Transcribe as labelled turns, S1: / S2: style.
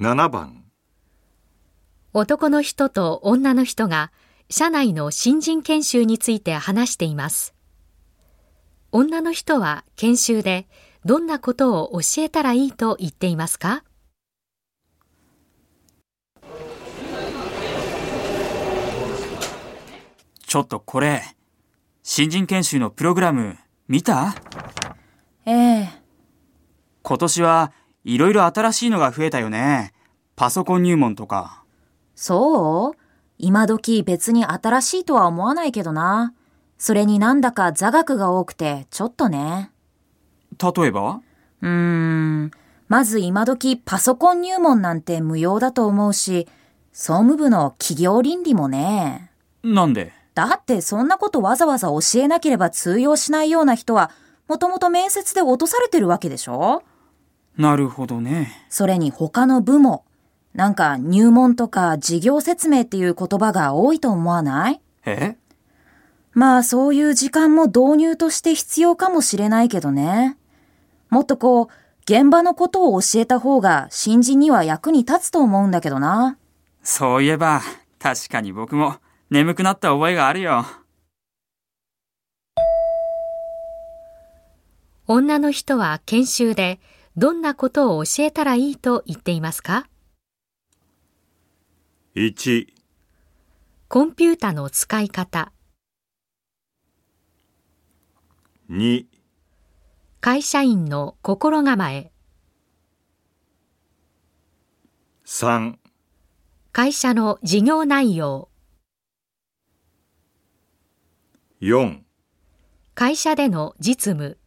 S1: 7番
S2: 男の人と女の人が社内の新人研修について話しています女の人は研修でどんなことを教えたらいいと言っていますか
S3: ちょっとこれ、新人研修のプログラム見た
S4: ええ
S3: 今年はいろいろ新しいのが増えたよね。パソコン入門とか。
S4: そう今時別に新しいとは思わないけどな。それになんだか座学が多くて、ちょっとね。
S3: 例えば
S4: うーん。まず今時パソコン入門なんて無用だと思うし、総務部の企業倫理もね。
S3: なんで
S4: だってそんなことわざわざ教えなければ通用しないような人は、もともと面接で落とされてるわけでしょ
S3: なるほどね。
S4: それに他の部も。なんか入門とか事業説明っていう言葉が多いと思わない
S3: え
S4: まあそういう時間も導入として必要かもしれないけどね。もっとこう、現場のことを教えた方が新人には役に立つと思うんだけどな。
S3: そういえば、確かに僕も眠くなった覚えがあるよ。
S2: 女の人は研修でどんなことを教えたらいいと言っていますか
S1: 1
S2: コンピュータの使い方
S1: 2
S2: 会社員の心構え
S1: 3
S2: 会社の事業内容
S1: 4
S2: 会社での実務